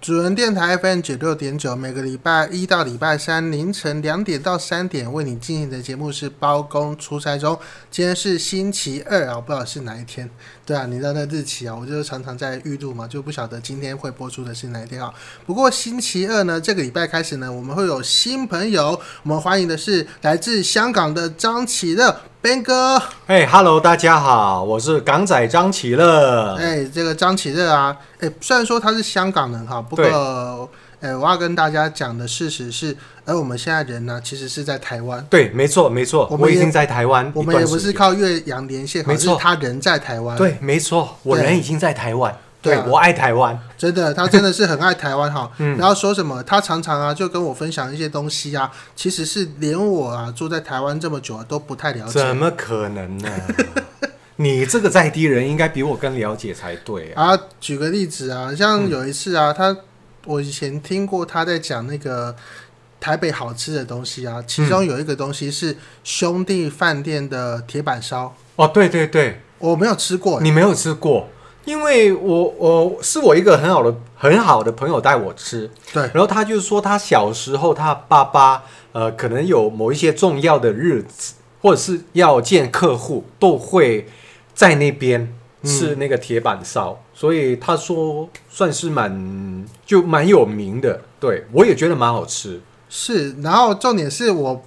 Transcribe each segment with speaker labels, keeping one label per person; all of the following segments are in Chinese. Speaker 1: 主人电台 FM 九六点九，每个礼拜一到礼拜三凌晨两点到三点为你进行的节目是包公出差中。今天是星期二啊，我不知道是哪一天。对啊，你知道那日期啊，我就常常在预录嘛，就不晓得今天会播出的是哪一天啊。不过星期二呢，这个礼拜开始呢，我们会有新朋友，我们欢迎的是来自香港的张启乐 Ben 哥。
Speaker 2: 哎、h e l l o 大家好，我是港仔张启乐。
Speaker 1: 哎、这个张启乐啊，哎、虽然说他是香港人哈，不过
Speaker 2: 对，
Speaker 1: 哎、我要跟大家讲的事实是，而我们现在人呢、其实是在台湾，
Speaker 2: 对，没错，没错，
Speaker 1: 我
Speaker 2: 我
Speaker 1: 们也
Speaker 2: 已经在台湾
Speaker 1: 我
Speaker 2: 一
Speaker 1: 们也
Speaker 2: 段
Speaker 1: 不
Speaker 2: 时
Speaker 1: 是
Speaker 2: 间。
Speaker 1: 靠越洋连线，好
Speaker 2: 没错
Speaker 1: 是他人在台湾。，
Speaker 2: 对，没错，我
Speaker 1: 对
Speaker 2: 人已经在台湾。
Speaker 1: 对
Speaker 2: 对，
Speaker 1: 啊
Speaker 2: 我爱台湾。
Speaker 1: 真的，他真的是很爱台湾 哈。
Speaker 2: 嗯
Speaker 1: 然后说什么，他常常啊就跟我分享一些东西啊，其实是连我啊住在台湾这么久啊都不太了解
Speaker 2: 怎么可 能呢？你这个在地人应该比我更了解才对啊。
Speaker 1: 啊。举个例子啊，
Speaker 2: 嗯
Speaker 1: 像有一次啊，他我以前听过他在讲那个台北好吃的东西啊，其
Speaker 2: 嗯
Speaker 1: 中有一个东西是兄弟饭店的铁板烧，
Speaker 2: 哦，对对对，
Speaker 1: 我没有吃过、
Speaker 2: 你没有吃过，因为我我是我一个很好的很好的朋友带我吃，
Speaker 1: 对，
Speaker 2: 然后他就说他小时候他爸爸呃可能有某一些重要的日子，或者是要见客户，都会在那边吃那个铁板烧，所以他说算是蛮就蛮有名的，对我也觉得蛮好吃。
Speaker 1: 是，然后重点是我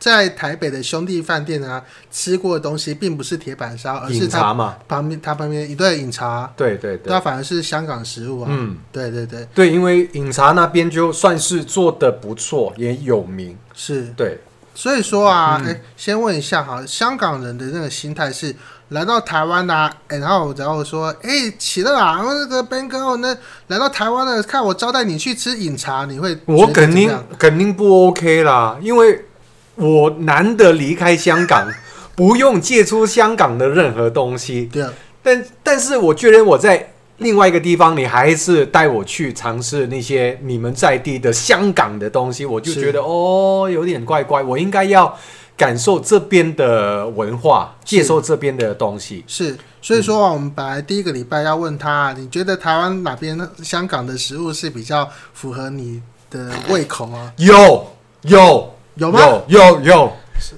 Speaker 1: 在台北的兄弟饭店啊吃过的东西，并不是铁板烧，啊而是
Speaker 2: 饮
Speaker 1: 它
Speaker 2: 茶嘛，
Speaker 1: 旁边它旁边一对饮茶，
Speaker 2: 对对对，
Speaker 1: 它反而是香港食物啊。
Speaker 2: 嗯。
Speaker 1: 对对对，
Speaker 2: 对，因为饮茶那边就算是做的不错，也有名。
Speaker 1: 是。
Speaker 2: 对，
Speaker 1: 所以说
Speaker 2: 嗯
Speaker 1: 啊，哎、先问一下哈，香港人的那个心态是来到台湾呐、啊，哎，然后然后说，哎，起乐啊，那个 Ben 哥，那来到台湾了，看我招待你去吃饮茶，你会觉
Speaker 2: 我
Speaker 1: 得
Speaker 2: 肯
Speaker 1: 怎么
Speaker 2: 定
Speaker 1: 样
Speaker 2: 肯定不 OK 啦，因为我难得离开 香港，不用借出香港的任何东西。
Speaker 1: 对啊
Speaker 2: 但但是我觉得我在另外一个地方，你还是带我去尝试那些你们在地的香港的东西，我就是觉得哦，有点怪怪。我应该要感受这边的文化，接受这边的东西。
Speaker 1: 是，所以
Speaker 2: 嗯
Speaker 1: 说啊，我们本来第一个礼拜要问他，你觉得台湾哪边香港的食物是比较符合你的胃口啊？
Speaker 2: 有有
Speaker 1: 有吗
Speaker 2: 有有有，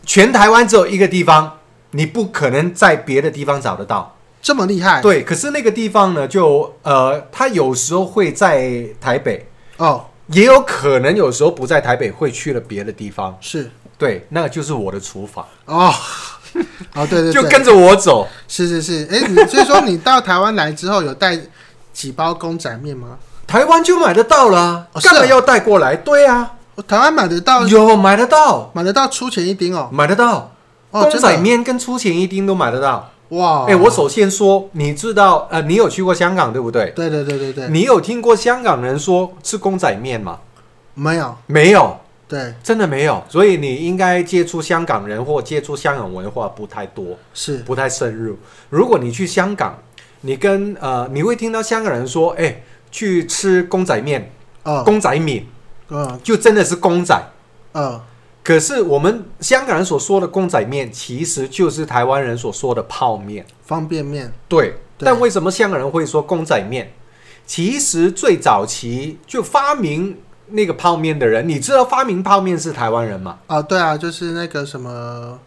Speaker 2: 全台湾只有一个地方，你不可能在别的地方找得到。
Speaker 1: 这么厉害？
Speaker 2: 对，可是那个地方呢，就呃，它有时候会在台北，
Speaker 1: 哦，
Speaker 2: 也有可能有时候不在台北，会去了别的地方。
Speaker 1: 是
Speaker 2: 对，那个就是我的厨房，
Speaker 1: 哦，哦，对对对，
Speaker 2: 就跟着我走。
Speaker 1: 是是是，哎，你所以说你到台湾来之后有带几包公仔面吗？
Speaker 2: 台湾就买得到啦，
Speaker 1: 哦是啊
Speaker 2: 干嘛要带过来？对啊，
Speaker 1: 我哦台湾买得到，
Speaker 2: 有买得到，
Speaker 1: 买得到出钱一丁哦，
Speaker 2: 买得到，
Speaker 1: 哦，
Speaker 2: 公
Speaker 1: 真
Speaker 2: 仔
Speaker 1: 的
Speaker 2: 面跟出前一丁都买得到。
Speaker 1: 哇，
Speaker 2: 哎、我首先说，你知道呃，你有去过香港对不对？
Speaker 1: 对对对对对，
Speaker 2: 你有听过香港人说吃公仔面吗？
Speaker 1: 没有，
Speaker 2: 没有，
Speaker 1: 对，
Speaker 2: 真的没有。所以你应该接触香港人或接触香港文化不太多，
Speaker 1: 是
Speaker 2: 不太深入。如果你去香港，你跟呃，你会听到香港人说：“哎、去吃公仔面，
Speaker 1: 哦，
Speaker 2: 公仔面
Speaker 1: 嗯
Speaker 2: 就真的是公仔。
Speaker 1: 嗯，”
Speaker 2: 可是我们香港人所说的公仔面，其实就是台湾人所说的泡面。
Speaker 1: 方便面
Speaker 2: 对，
Speaker 1: 对
Speaker 2: 但为什么香港人会说公仔面？其实最早期就发明那个泡面的人，你知道发明泡面是台湾人吗？
Speaker 1: 啊，对啊，就是那个什么，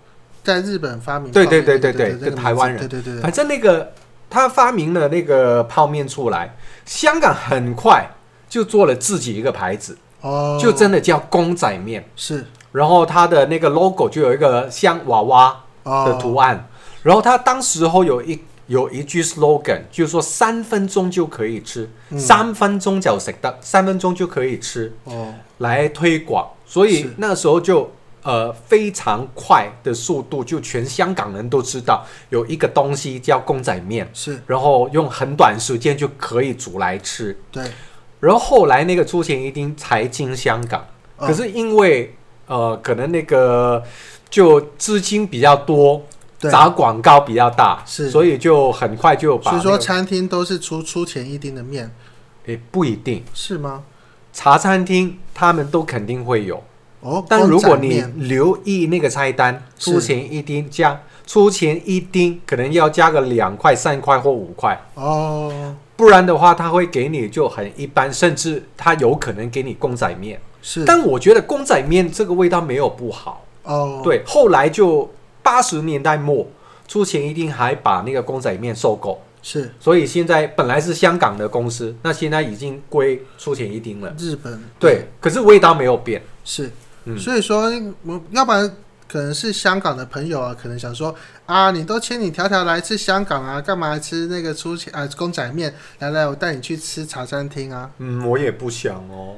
Speaker 1: 在日本发明
Speaker 2: 对
Speaker 1: 泡面
Speaker 2: 对
Speaker 1: 的
Speaker 2: 对
Speaker 1: 那个
Speaker 2: 对对
Speaker 1: 那个
Speaker 2: 跟台湾
Speaker 1: 名字对对对对，
Speaker 2: 反正那个他发明了那个泡面出来，香港很快就做了自己一个牌子，
Speaker 1: 哦，
Speaker 2: 就真的叫公仔面。
Speaker 1: 是
Speaker 2: 然后它的那个 logo 就有一个像娃娃
Speaker 1: 哦
Speaker 2: 的图案，然后它当时候有一有一句 slogan，就是说三分钟就可以吃，
Speaker 1: 嗯
Speaker 2: 三分钟就食得，三分钟就可以吃。
Speaker 1: 哦，
Speaker 2: 来推广，所以
Speaker 1: 是
Speaker 2: 那个时候就呃非常快的速度，就全香港人都知道有一个东西叫公仔面，
Speaker 1: 是
Speaker 2: 然后用很短时间就可以煮来吃。
Speaker 1: 对，
Speaker 2: 然后后来那个出钱一丁才进香港，
Speaker 1: 哦
Speaker 2: 可是因为呃可能那个就资金比较多，
Speaker 1: 对
Speaker 2: 砸广告比较大，
Speaker 1: 是
Speaker 2: 所以就很快就把、
Speaker 1: 所
Speaker 2: 那
Speaker 1: 以
Speaker 2: 个。
Speaker 1: 说餐厅都是出出钱一丁的面
Speaker 2: 也不一定，
Speaker 1: 是吗？
Speaker 2: 茶餐厅他们都肯定会有。
Speaker 1: 哦，
Speaker 2: 但如果
Speaker 1: 公仔
Speaker 2: 你
Speaker 1: 面
Speaker 2: 留意那个菜单，
Speaker 1: 是
Speaker 2: 出钱一丁加出钱一丁，可能要加个两块、三块或五块。
Speaker 1: 哦，
Speaker 2: 不然的话他会给你就很一般，甚至他有可能给你公仔面。
Speaker 1: 是
Speaker 2: 但我觉得公仔面这个味道没有不好，
Speaker 1: 哦，，
Speaker 2: 对。后来就八十年代末，出前一定还把那个公仔面收购，
Speaker 1: 是
Speaker 2: 所以现在本来是香港的公司，那现在已经归出前一定了。
Speaker 1: 日本，
Speaker 2: 对，可是味道没有变。
Speaker 1: 是，
Speaker 2: 嗯
Speaker 1: 所以说我要不然可能是香港的朋友啊，可能想说啊，你都千里迢迢来吃香港啊，干嘛吃那个出啊公仔面？来来，我带你去吃茶餐厅啊。
Speaker 2: 嗯，我也不想哦。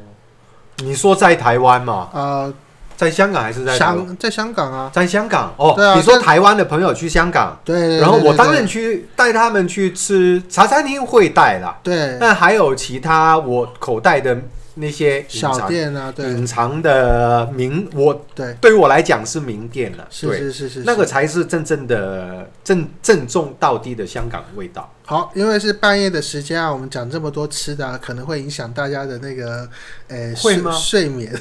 Speaker 2: 你说在台湾嘛，
Speaker 1: 啊、
Speaker 2: 在香港还是在台湾？
Speaker 1: 呃香在香港啊，
Speaker 2: 在香港哦。
Speaker 1: 对啊
Speaker 2: 你说
Speaker 1: 但
Speaker 2: 台湾的朋友去香港，
Speaker 1: 对对对
Speaker 2: 然后我
Speaker 1: 对
Speaker 2: 当然去带他们去吃茶餐厅会带啦，
Speaker 1: 对
Speaker 2: 但还有其他我口袋的那些隐
Speaker 1: 小
Speaker 2: 藏
Speaker 1: 店啊，对
Speaker 2: 隐藏的名，我
Speaker 1: 对，
Speaker 2: 对于我来讲是名店了。
Speaker 1: 是
Speaker 2: 对，
Speaker 1: 是是是
Speaker 2: 那
Speaker 1: 是
Speaker 2: 个才是真正的正正宗到底的香港味道。
Speaker 1: 好，因为是半夜的时间啊，我们讲这么多吃的、啊，可能会影响大家的那个，呃，
Speaker 2: 会
Speaker 1: 睡
Speaker 2: 吗
Speaker 1: 睡眠。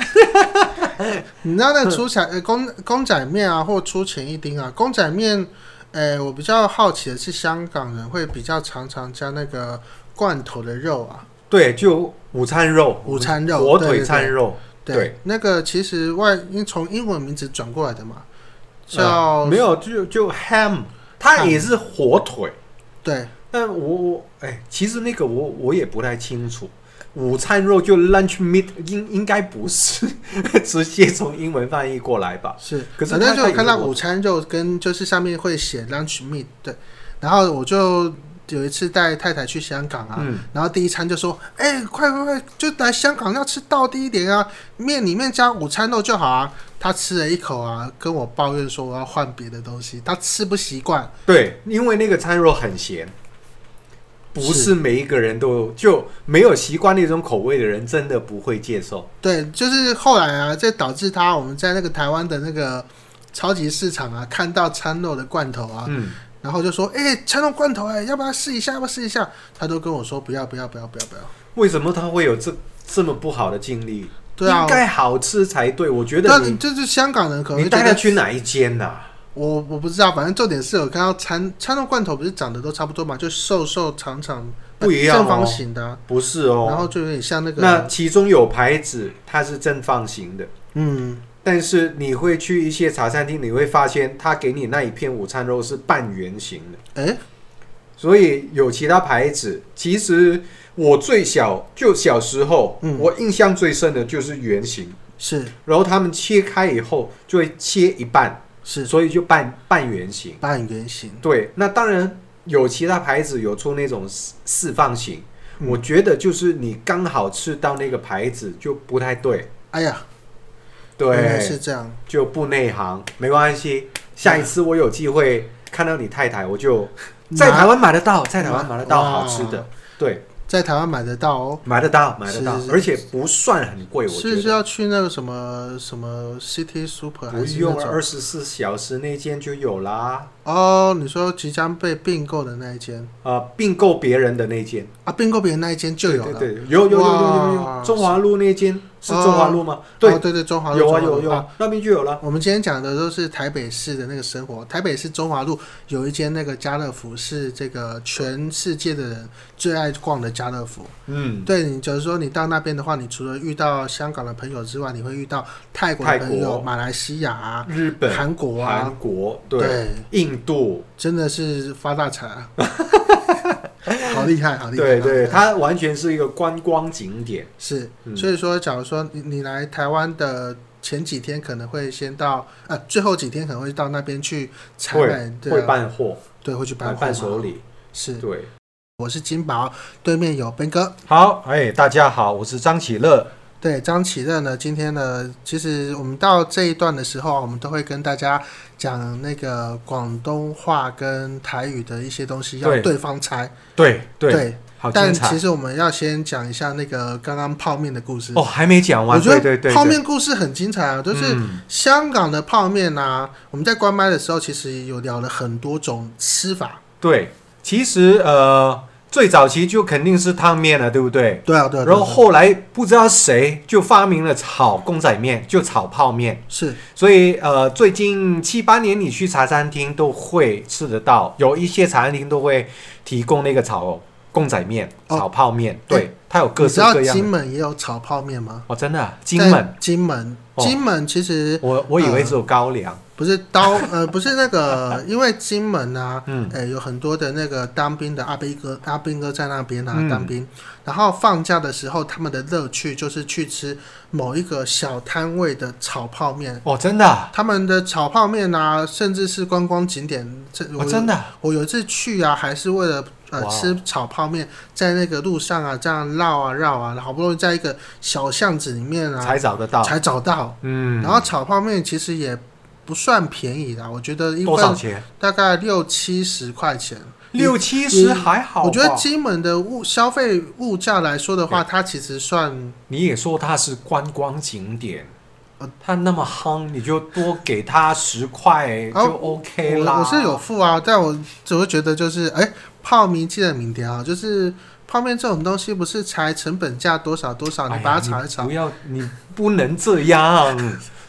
Speaker 1: 你知道那个出产呃公公仔面啊，或出前一丁啊，公仔面，呃，我比较好奇的是，香港人会比较常常加那个罐头的肉啊，
Speaker 2: 对，就午餐肉，
Speaker 1: 午餐肉
Speaker 2: 嗯火
Speaker 1: 对
Speaker 2: 腿
Speaker 1: 对
Speaker 2: 餐
Speaker 1: 对
Speaker 2: 肉，
Speaker 1: 对，
Speaker 2: 对
Speaker 1: 那个其实外因为从英文名字转过来的嘛，叫、
Speaker 2: 嗯没有就就 ham，它也是火腿。
Speaker 1: 对
Speaker 2: 但我我哎，其实那个我我也不太清楚。午餐肉就 lunch meat，应应该不是 直接从英文翻译过来吧？
Speaker 1: 是，
Speaker 2: 可是
Speaker 1: 反正
Speaker 2: 它
Speaker 1: 就有看
Speaker 2: 它
Speaker 1: 到
Speaker 2: 有
Speaker 1: 午餐肉跟就是上面会写 lunch meat，对，然后我就有一次带太太去香港啊，
Speaker 2: 嗯，
Speaker 1: 然后第一餐就说，哎、快快快，就来香港要吃到地一点啊，面里面加午餐肉就好啊。他吃了一口啊，跟我抱怨说我要换别的东西，他吃不习惯，
Speaker 2: 对，因为那个餐肉很咸，不
Speaker 1: 是
Speaker 2: 是每一个人都就没有习惯那种口味的人，真的不会接受。
Speaker 1: 对，就是后来啊，这导致他我们在那个台湾的那个超级市场啊，看到餐肉的罐头啊，
Speaker 2: 嗯，
Speaker 1: 然后就说，哎、餐肉罐头、哎，要不要试一下？要不要试一下？他都跟我说不要，不要，不要，不要，不要。
Speaker 2: 为什么他会有这这么不好的经历？
Speaker 1: 对啊
Speaker 2: 应，该好吃才对。我觉得
Speaker 1: 那
Speaker 2: 你
Speaker 1: 就是香港人可能
Speaker 2: 你
Speaker 1: 会觉
Speaker 2: 带他
Speaker 1: 得，
Speaker 2: 去哪一间呐、
Speaker 1: 我我不知道，反正重点是有看到餐餐肉罐头不是长得都差不多嘛，就瘦瘦长长，
Speaker 2: 不一样哦
Speaker 1: 正方形的啊、
Speaker 2: 不是哦，
Speaker 1: 然后就有点像那个，
Speaker 2: 那其中有牌子，它是正方形的，
Speaker 1: 嗯，
Speaker 2: 但是你会去一些茶餐厅，你会发现它给你那一片午餐肉是半圆形的，
Speaker 1: 哎、
Speaker 2: 所以有其他牌子。其实我最小就小时候，
Speaker 1: 嗯
Speaker 2: 我印象最深的就是圆形，
Speaker 1: 是
Speaker 2: 然后他们切开以后就会切一半，
Speaker 1: 是
Speaker 2: 所以就半半圆形。
Speaker 1: 半圆形，
Speaker 2: 对，那当然有其他牌子有出那种四四方形，
Speaker 1: 嗯
Speaker 2: 我觉得就是你刚好吃到那个牌子就不太对。
Speaker 1: 哎呀，
Speaker 2: 对，
Speaker 1: 原来嗯是这样，
Speaker 2: 就不内行，没关系。下一次我有机会看到你太太，我就在台湾买得到，在台湾买得到
Speaker 1: 哇
Speaker 2: 好吃的，对，
Speaker 1: 在台湾买得到哦。
Speaker 2: 买得到，买得到
Speaker 1: 是，是
Speaker 2: 而且不算很贵，我
Speaker 1: 是
Speaker 2: 觉
Speaker 1: 是
Speaker 2: 得
Speaker 1: 要去那个什么什么 City Super
Speaker 2: 不
Speaker 1: 还是那
Speaker 2: 用啊
Speaker 1: 种
Speaker 2: 二十四小时那间就有啦。
Speaker 1: 哦？你说即将被并购的那一间
Speaker 2: 呃，并购别人的那间
Speaker 1: 啊？并购别人那一间就有了。
Speaker 2: 对对，对有有有有有
Speaker 1: 哇
Speaker 2: 有，中华路那间是中华路吗？对
Speaker 1: 哦、，对对，中华路
Speaker 2: 有啊
Speaker 1: 中华
Speaker 2: 有
Speaker 1: 路
Speaker 2: 有
Speaker 1: 啊
Speaker 2: 啊，那边就有了。
Speaker 1: 我们今天讲的都是台北市的那个生活。台北市中华路有一间那个家乐福，是这个全世界的人最爱逛的家乐福。
Speaker 2: 嗯，
Speaker 1: 对你，就是说你到那边的话，你除了遇到香港的朋友之外，你会遇到泰国的朋
Speaker 2: 泰
Speaker 1: 友、
Speaker 2: 国
Speaker 1: 马来西亚、啊、
Speaker 2: 日本、
Speaker 1: 韩国啊
Speaker 2: 韩，国，对，印度，
Speaker 1: 真的是发大财 啊！好厉害，好啊厉害！
Speaker 2: 对
Speaker 1: 好厉
Speaker 2: 对，
Speaker 1: 害
Speaker 2: 它完全是一个观光景点。
Speaker 1: 是，
Speaker 2: 嗯
Speaker 1: 所以说，假如说你你来台湾的前几天，可能会先到呃，最后几天可能会到那边去采买
Speaker 2: 会，
Speaker 1: 对啊
Speaker 2: 会办货，
Speaker 1: 对，会去搬
Speaker 2: 办
Speaker 1: 货
Speaker 2: 伴
Speaker 1: 嘛
Speaker 2: 手。礼，
Speaker 1: 是，
Speaker 2: 对。
Speaker 1: 我是金宝，对面有奔哥。
Speaker 2: 好，哎，大家好，我是张启乐。
Speaker 1: 对，张启乐呢，今天呢，其实我们到这一段的时候啊，我们都会跟大家讲那个广东话跟台语的一些东西，要
Speaker 2: 对
Speaker 1: 对方猜。
Speaker 2: 对对，
Speaker 1: 对，
Speaker 2: 好精
Speaker 1: 但其
Speaker 2: 彩
Speaker 1: 实我们要先讲一下那个刚刚泡面的故事。
Speaker 2: 哦，还没讲
Speaker 1: 我
Speaker 2: 完。
Speaker 1: 觉得
Speaker 2: 对对对，
Speaker 1: 泡面故事很精彩啊，就是
Speaker 2: 嗯
Speaker 1: 香港的泡面啊，我们在关麦的时候其实有聊了很多种吃法。
Speaker 2: 对，其实呃，最早期就肯定是汤面了，对不对？
Speaker 1: 对啊，对啊，对啊
Speaker 2: 然后后来不知道谁就发明了炒公仔面，就炒泡面，
Speaker 1: 是
Speaker 2: 所以呃，最近七八年你去茶餐厅都会吃得到，有一些茶餐厅都会提供那个炒公仔面、
Speaker 1: 哦
Speaker 2: 炒泡面，对，它有各
Speaker 1: 你知
Speaker 2: 式
Speaker 1: 道
Speaker 2: 各样
Speaker 1: 金
Speaker 2: 的。
Speaker 1: 门也有炒泡面吗？
Speaker 2: 哦，真的啊，金
Speaker 1: 在
Speaker 2: 门，
Speaker 1: 金门，
Speaker 2: 哦
Speaker 1: 金门嗯其实
Speaker 2: 我我以为只有高粱。
Speaker 1: 不是刀， 呃，不是那个， 因为金门啊，
Speaker 2: 嗯
Speaker 1: 哎、有很多的那个当兵的阿兵哥，阿兵哥在那边啊、
Speaker 2: 嗯
Speaker 1: 当兵，然后放假的时候，他们的乐趣就是去吃某一个小摊位的炒泡面。
Speaker 2: 哦，真的啊，
Speaker 1: 他们的炒泡面啊，甚至是观光景点，这我、
Speaker 2: 哦，真的啊。
Speaker 1: 我有一次去啊，还是为了呃
Speaker 2: 哇哦
Speaker 1: 吃炒泡面，在那个路上啊这样绕啊绕啊，好不容易在一个小巷子里面啊
Speaker 2: 才找得到。
Speaker 1: 才找到。
Speaker 2: 嗯，
Speaker 1: 然后炒泡面其实也不算便宜啦，我觉得一
Speaker 2: 多少
Speaker 1: 份
Speaker 2: 钱？
Speaker 1: 大概六七十块钱。
Speaker 2: 六七十还好吧。
Speaker 1: 我觉得金门的物消费物价来说的话，它其实算
Speaker 2: 你也说它是观光景点
Speaker 1: 呃，
Speaker 2: 它那么夯，你就多给它十块
Speaker 1: 啊
Speaker 2: 就 OK
Speaker 1: 我
Speaker 2: 啦。
Speaker 1: 我是有付啊，但我只会觉得就是，哎、泡面记得明天啊，就是泡面这种东西不是才成本价多少多少，
Speaker 2: 哎呀，
Speaker 1: 你把它炒一炒
Speaker 2: 你，不要，你不能这样。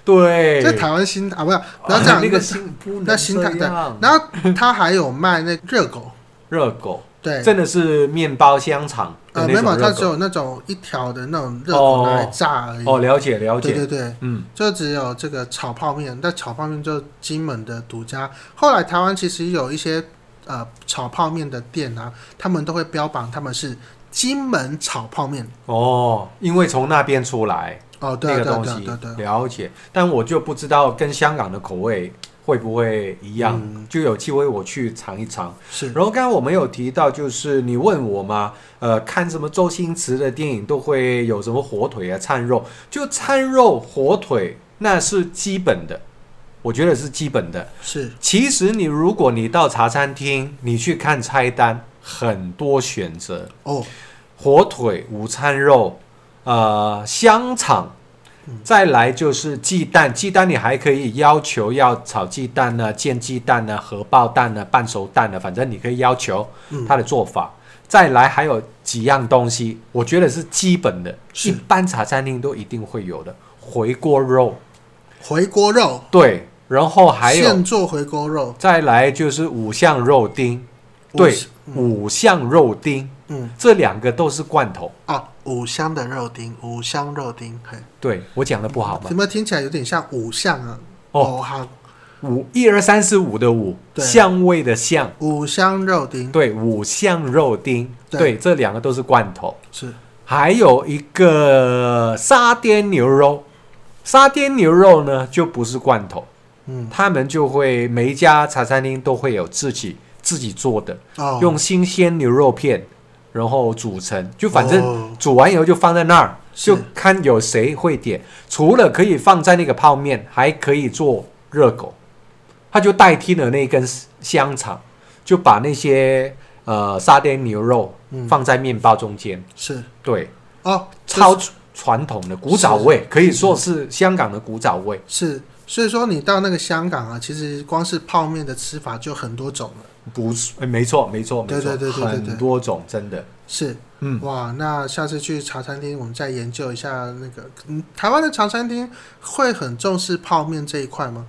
Speaker 2: 对，
Speaker 1: 这台湾新啊，不是，不要
Speaker 2: 啊
Speaker 1: 这样。
Speaker 2: 那个心不
Speaker 1: 那
Speaker 2: 能
Speaker 1: 心态
Speaker 2: 这
Speaker 1: 对
Speaker 2: 样。
Speaker 1: 然后它还有卖那热狗，
Speaker 2: 热狗
Speaker 1: 对，
Speaker 2: 真的是面包香肠
Speaker 1: 呃，
Speaker 2: 的
Speaker 1: 没
Speaker 2: 那
Speaker 1: 有，
Speaker 2: 种
Speaker 1: 它
Speaker 2: 热
Speaker 1: 只
Speaker 2: 狗。
Speaker 1: 有那种一条的那种热狗拿来炸而已。
Speaker 2: 哦，了解了
Speaker 1: 对
Speaker 2: 解，
Speaker 1: 对对，
Speaker 2: 嗯，
Speaker 1: 就只有这个炒泡面，但炒泡面就金门的独家。后来台湾其实有一些呃炒泡面的店啊，他们都会标榜他们是金门炒泡面。
Speaker 2: 哦，因为从那边出来。
Speaker 1: 哦，对啊
Speaker 2: 那个
Speaker 1: 对啊
Speaker 2: 东
Speaker 1: 对啊
Speaker 2: 西
Speaker 1: 对啊对啊，
Speaker 2: 了解，但我就不知道跟香港的口味会不会一样，
Speaker 1: 嗯
Speaker 2: 就有机会我去尝一尝。
Speaker 1: 是
Speaker 2: 然后刚刚我们有提到，就是你问我嘛，呃，看什么周星驰的电影都会有什么火腿啊、餐肉，就餐肉、火腿那是基本的，我觉得是基本的。
Speaker 1: 是，
Speaker 2: 其实你如果你到茶餐厅，你去看菜单，很多选择。
Speaker 1: 哦，
Speaker 2: 火腿、午餐肉、呃香肠，再来就是鸡蛋。鸡蛋你还可以要求要炒鸡蛋呢、煎鸡蛋呢、荷包蛋呢、半熟蛋啊呢，反正你可以要求
Speaker 1: 嗯，
Speaker 2: 它的做法。再来还有几样东西，我觉得是基本的，
Speaker 1: 是
Speaker 2: 一般茶餐厅都一定会有的回锅肉，
Speaker 1: 回锅肉，
Speaker 2: 对，然后还有
Speaker 1: 现做回锅肉，
Speaker 2: 再来就是五香肉丁，
Speaker 1: 五
Speaker 2: 对
Speaker 1: 香，
Speaker 2: 五香肉丁
Speaker 1: 嗯，
Speaker 2: 这两个都是罐头。
Speaker 1: 哦，五香的肉丁，五香肉丁，嘿，
Speaker 2: 对我讲的不好吗
Speaker 1: 有？没有听起来有点像五香啊？
Speaker 2: 哦，
Speaker 1: 好，
Speaker 2: 五一二三四五的五，
Speaker 1: 对
Speaker 2: 香味的香，
Speaker 1: 五香肉丁
Speaker 2: 对，五香肉丁，
Speaker 1: 对
Speaker 2: 对，这两个都是罐头，
Speaker 1: 是
Speaker 2: 还有一个沙爹牛肉，沙爹牛肉呢就不是罐头，
Speaker 1: 嗯
Speaker 2: 他们就会每一家茶餐厅都会有自己自己做的，
Speaker 1: 哦，
Speaker 2: 用新鲜牛肉片，然后煮成，就反正
Speaker 1: 哦
Speaker 2: 煮完以后就放在那儿，
Speaker 1: 是
Speaker 2: 就看有谁会点。除了可以放在那个泡面，还可以做热狗，它就代替了那根香肠，就把那些呃沙爹牛肉
Speaker 1: 嗯
Speaker 2: 放在面包中间，
Speaker 1: 是
Speaker 2: 对，
Speaker 1: 哦，
Speaker 2: 超传统的古早味，可以说是香港的古早味。
Speaker 1: 是，所以说你到那个香港啊，其实光是泡面的吃法就很多种了。
Speaker 2: 不是，哎没错，没错，没错，
Speaker 1: 对对对对对对
Speaker 2: 很多种，真的，
Speaker 1: 是，
Speaker 2: 嗯，
Speaker 1: 哇，那下次去茶餐厅，我们再研究一下那个，嗯，台湾的茶餐厅会很重视泡面这一块吗？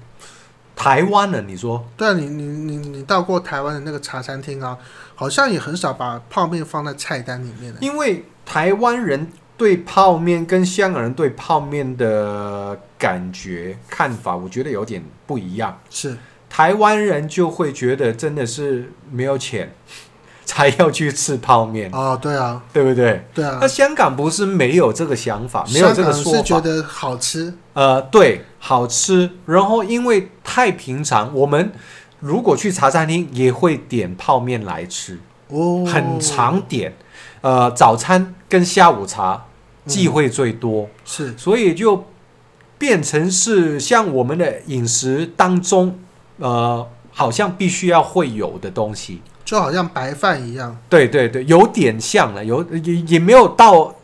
Speaker 2: 台湾人，你说
Speaker 1: 对啊，你你你你到过台湾的那个茶餐厅啊，好像也很少把泡面放在菜单里面的。
Speaker 2: 因为台湾人对泡面跟香港人对泡面的感觉看法，我觉得有点不一样。
Speaker 1: 是，
Speaker 2: 台湾人就会觉得真的是没有钱 才要去吃泡面，
Speaker 1: 哦，对啊，
Speaker 2: 对不对？
Speaker 1: 对啊
Speaker 2: 那，香港嗯不是没有这个想法，没有
Speaker 1: 香
Speaker 2: 这个
Speaker 1: 港
Speaker 2: 说
Speaker 1: 是觉
Speaker 2: 法。
Speaker 1: 得好吃，
Speaker 2: 呃，对，好吃。然后因为太平常，我们如果去茶餐厅也会点泡面来吃。
Speaker 1: 哦，
Speaker 2: 很常点，呃，早餐跟下午茶忌讳最多，
Speaker 1: 是，
Speaker 2: 所以就变成是像我们的饮食当中，呃，好像必须要会有的东西。
Speaker 1: 就好像白饭一样，
Speaker 2: 对对对，有点像了，有也也没有到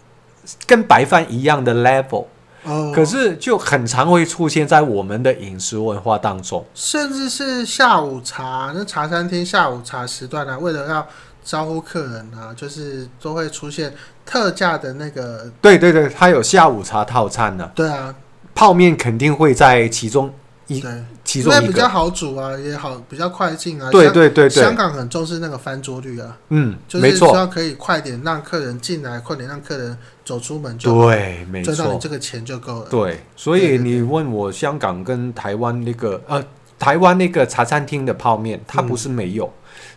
Speaker 2: 跟白饭一样的 level，、
Speaker 1: 哦，
Speaker 2: 可是就很常会出现在我们的饮食文化当中。
Speaker 1: 甚至是下午茶，那茶餐厅下午茶时段呢、啊为了要招呼客人啊，就是都会出现特价的那个，
Speaker 2: 对对对，它有下午茶套餐呢、
Speaker 1: 对啊，
Speaker 2: 泡面肯定会在其中一
Speaker 1: 对，
Speaker 2: 其中
Speaker 1: 那
Speaker 2: 一
Speaker 1: 比较
Speaker 2: 个，
Speaker 1: 好煮啊，也好比较快进啊。
Speaker 2: 对
Speaker 1: 香
Speaker 2: 对对
Speaker 1: 香
Speaker 2: 对，
Speaker 1: 港很重视那个翻桌率啊，
Speaker 2: 嗯，
Speaker 1: 就
Speaker 2: 没
Speaker 1: 是希
Speaker 2: 错，
Speaker 1: 望可以快点让客人进来，快点让客人走出门就好，
Speaker 2: 对，没
Speaker 1: 赚到
Speaker 2: 错
Speaker 1: 你，这个钱就够了。
Speaker 2: 对，所
Speaker 1: 对对
Speaker 2: 以你问我香港跟台湾那个呃，台湾那个茶餐厅的泡面，它
Speaker 1: 嗯
Speaker 2: 不是没有，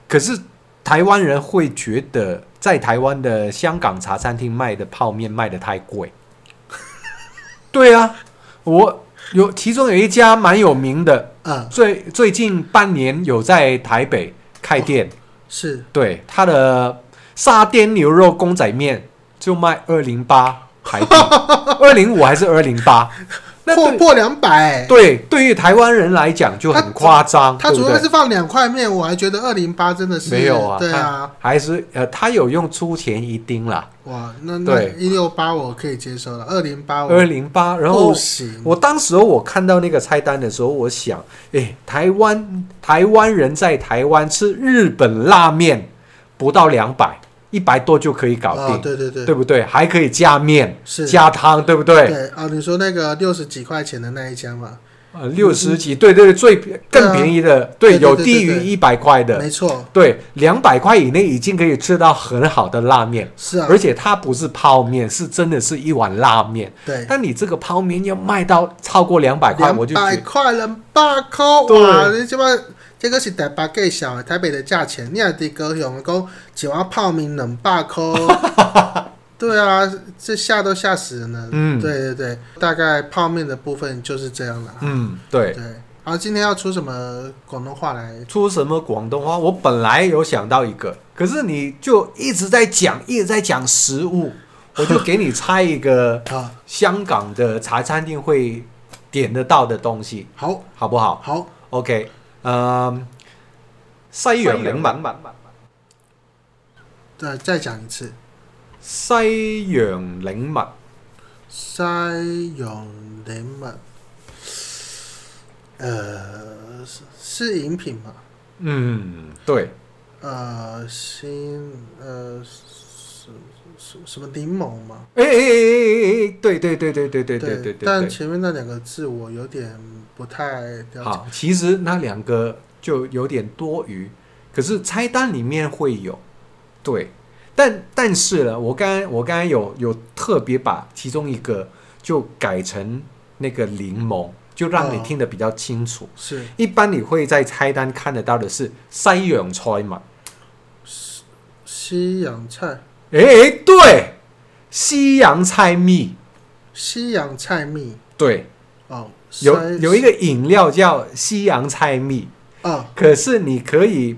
Speaker 2: 可是台湾人会觉得在台湾的香港茶餐厅卖的泡面卖的 太贵。对啊，我有其中有一家蛮有名的，
Speaker 1: 嗯，
Speaker 2: 最最近半年有在台北开店，
Speaker 1: 是
Speaker 2: 对它的沙甸牛肉公仔面就卖二零八台 币，二零五还是二零八？那
Speaker 1: 破
Speaker 2: 对
Speaker 1: 破两百，
Speaker 2: 对，对于台湾人来讲就很夸张，
Speaker 1: 他
Speaker 2: 对
Speaker 1: 主
Speaker 2: 不
Speaker 1: 要
Speaker 2: 对？
Speaker 1: 是放两块面，我还觉得二零八真的是
Speaker 2: 没有啊，
Speaker 1: 对啊，
Speaker 2: 它还是呃，他有用出钱一丁啦，
Speaker 1: 哇，那那
Speaker 2: 对
Speaker 1: 一六八我可以接受了，二零八
Speaker 2: 二
Speaker 1: 我
Speaker 2: 零八，然后
Speaker 1: 哦不行，
Speaker 2: 我当时候我看到那个菜单的时候，我想，诶，台湾台湾人在台湾吃日本拉面，不到两百，一百多就可以搞定，
Speaker 1: 哦对对对，
Speaker 2: 对不对？还可以加面
Speaker 1: 是
Speaker 2: 加汤，对不对？
Speaker 1: 对啊，你说那个六十几块钱的那一家嘛，
Speaker 2: 呃，六十几，对对对，最更便宜的，
Speaker 1: 嗯对对
Speaker 2: 有
Speaker 1: 对
Speaker 2: 低
Speaker 1: 对
Speaker 2: 于
Speaker 1: 对
Speaker 2: 一百块的，
Speaker 1: 没错，
Speaker 2: 对，两百块以内已经可以吃到很好的拉面，
Speaker 1: 是啊
Speaker 2: 而，且它不是泡面，是真的是一碗拉面。
Speaker 1: 对，
Speaker 2: 但你这个泡面要卖到超过两百块，
Speaker 1: 两
Speaker 2: 我就觉
Speaker 1: 百
Speaker 2: 得
Speaker 1: 块人八块，
Speaker 2: 对
Speaker 1: 哇，你这么。这个是台北介绍的，台北的价钱，你也伫高雄讲一碗泡面两百 块，对啊，这吓都吓死人了。
Speaker 2: 嗯
Speaker 1: 对对对，大概泡面的部分就是这样了。
Speaker 2: 嗯，对。
Speaker 1: 对，然后今天要出什么广东话来？
Speaker 2: 出什么广东话？我本来有想到一个，可是你就一直在讲，一直在讲食物，我就给你猜一个
Speaker 1: 啊，
Speaker 2: 香港的茶餐厅会点得到的东西，
Speaker 1: 好，
Speaker 2: 好不好
Speaker 1: 好，
Speaker 2: ？OK，嗯，西洋檸蜜，
Speaker 1: 再再讲一次，
Speaker 2: 西洋檸蜜，
Speaker 1: 西洋檸蜜，呃，是是饮品嘛？
Speaker 2: 嗯，对，
Speaker 1: 呃，新呃什什什么柠檬嘛？
Speaker 2: 哎哎哎哎哎哎，对对对对对对对对
Speaker 1: 但
Speaker 2: 对
Speaker 1: 前面那两个字我有点不太
Speaker 2: 对，
Speaker 1: 了解。
Speaker 2: 好，其实那两个就有点多余，可是菜单里面会有，对，但但是呢，我刚刚我刚刚有有特别把其中一个就改成那个柠檬，就让你
Speaker 1: 哦
Speaker 2: 听得比较清楚。
Speaker 1: 是
Speaker 2: 一般你会在菜单看得到的是西洋菜嘛？
Speaker 1: 西洋菜，
Speaker 2: 诶，对，西洋菜蜜，
Speaker 1: 西洋菜蜜
Speaker 2: 对，
Speaker 1: 哦，
Speaker 2: 有
Speaker 1: 西
Speaker 2: 有一个饮料叫西洋菜蜜，
Speaker 1: 哦，
Speaker 2: 可是你可以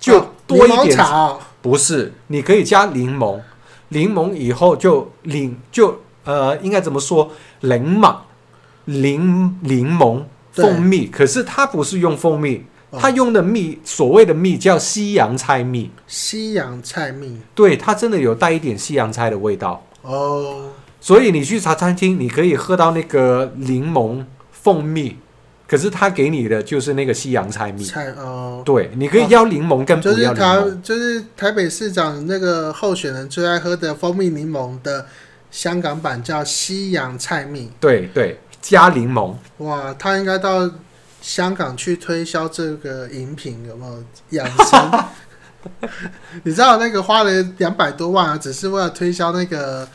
Speaker 2: 就
Speaker 1: 哦
Speaker 2: 多一
Speaker 1: 柠檬
Speaker 2: 点，
Speaker 1: 茶哦，
Speaker 2: 不是，你可以加柠檬，柠檬以后就柠就呃，应该怎么说？柠檬，柠柠檬
Speaker 1: 对
Speaker 2: 蜂蜜，可是它不是用蜂蜜，
Speaker 1: 哦
Speaker 2: 它用的蜜，所谓的蜜叫西洋菜蜜，
Speaker 1: 西洋菜蜜
Speaker 2: 对，它真的有带一点西洋菜的味道。
Speaker 1: 哦，
Speaker 2: 所以你去茶餐厅，你可以喝到那个柠檬蜂蜜，可是他给你的就是那个西洋菜蜜。
Speaker 1: 菜哦，
Speaker 2: 对，你可以要柠檬跟不
Speaker 1: 就是
Speaker 2: 要柠
Speaker 1: 台
Speaker 2: 檬。
Speaker 1: 就是台北市长那个候选人最爱喝的蜂蜜柠檬的香港版叫西洋菜蜜，
Speaker 2: 对对，加柠檬。
Speaker 1: 哇，他应该到香港去推销这个饮品，有没有养生？ 你知道那个花了两百多万啊，只是为了推销那个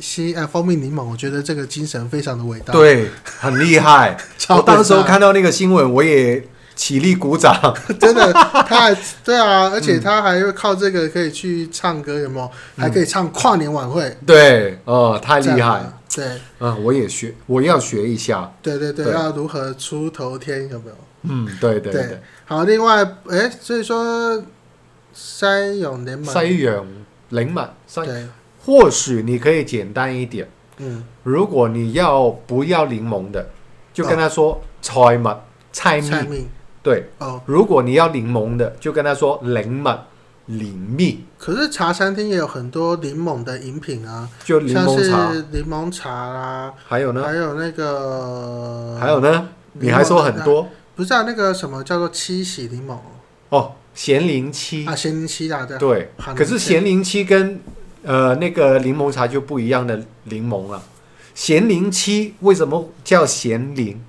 Speaker 1: 西呃蜂蜜柠檬，我觉得这个精神非常的伟大。，。
Speaker 2: 对，很厉害
Speaker 1: 超
Speaker 2: 我当时候
Speaker 1: 伟大
Speaker 2: 看到那个新闻，我也起立 鼓掌。
Speaker 1: 真 的，他还对啊，而
Speaker 2: 嗯
Speaker 1: 且他还会靠这个可以去唱歌，有没有？还
Speaker 2: 嗯
Speaker 1: 可以唱跨年晚会，
Speaker 2: 对，哦，太厉害
Speaker 1: 赞啊！对
Speaker 2: 啊！我也学，我要学一下。
Speaker 1: 对对对，
Speaker 2: 对
Speaker 1: 要如何出头天，有没有？
Speaker 2: 嗯，对对
Speaker 1: 对，好，另外，哎，所以说三永联盟，
Speaker 2: 西洋柠檬，西
Speaker 1: 对，
Speaker 2: 或许你可以简单一点。
Speaker 1: 嗯，
Speaker 2: 如果你要不要柠檬的，就跟他说菜蜜菜
Speaker 1: 哦菜
Speaker 2: 蜜。
Speaker 1: 蜜
Speaker 2: 对，
Speaker 1: 哦。
Speaker 2: 如果你要柠檬的，就跟他说柠檬柠蜜，
Speaker 1: 可是茶餐厅也有很多柠檬的饮品啊，
Speaker 2: 就柠
Speaker 1: 像
Speaker 2: 檬
Speaker 1: 是
Speaker 2: 茶。
Speaker 1: 柠檬茶啦，
Speaker 2: 还有呢？
Speaker 1: 还有那个，
Speaker 2: 还有呢？
Speaker 1: 呃
Speaker 2: 你还说很多
Speaker 1: 不是啊，那个什么叫做七喜柠檬
Speaker 2: 哦，咸柠七。
Speaker 1: 啊，咸柠七啦，对啊，
Speaker 2: 对
Speaker 1: 好，
Speaker 2: 可是咸柠七跟呃那个柠檬茶就不一样的柠檬了。咸柠七为什么叫咸柠？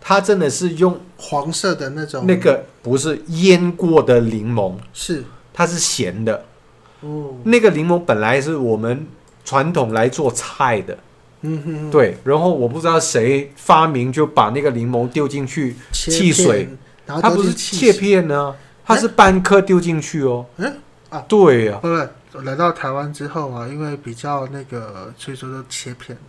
Speaker 2: 它真的是用
Speaker 1: 黄色的那种，
Speaker 2: 那个不是腌过的柠檬，
Speaker 1: 是，
Speaker 2: 它是咸的。
Speaker 1: 哦，
Speaker 2: 那个柠檬本来是我们传统来做菜的，
Speaker 1: 嗯哼，哼，
Speaker 2: 对。然后我不知道谁发明就把那个柠檬丢进去，
Speaker 1: 切
Speaker 2: 汽水
Speaker 1: 片，然后
Speaker 2: 它
Speaker 1: 都
Speaker 2: 不是
Speaker 1: 汽
Speaker 2: 切
Speaker 1: 水，
Speaker 2: 片呢、它是半颗丢进去哦。
Speaker 1: 嗯啊，
Speaker 2: 对呀、
Speaker 1: 不不，来到台湾之后啊，因为比较那个，所以说都切片了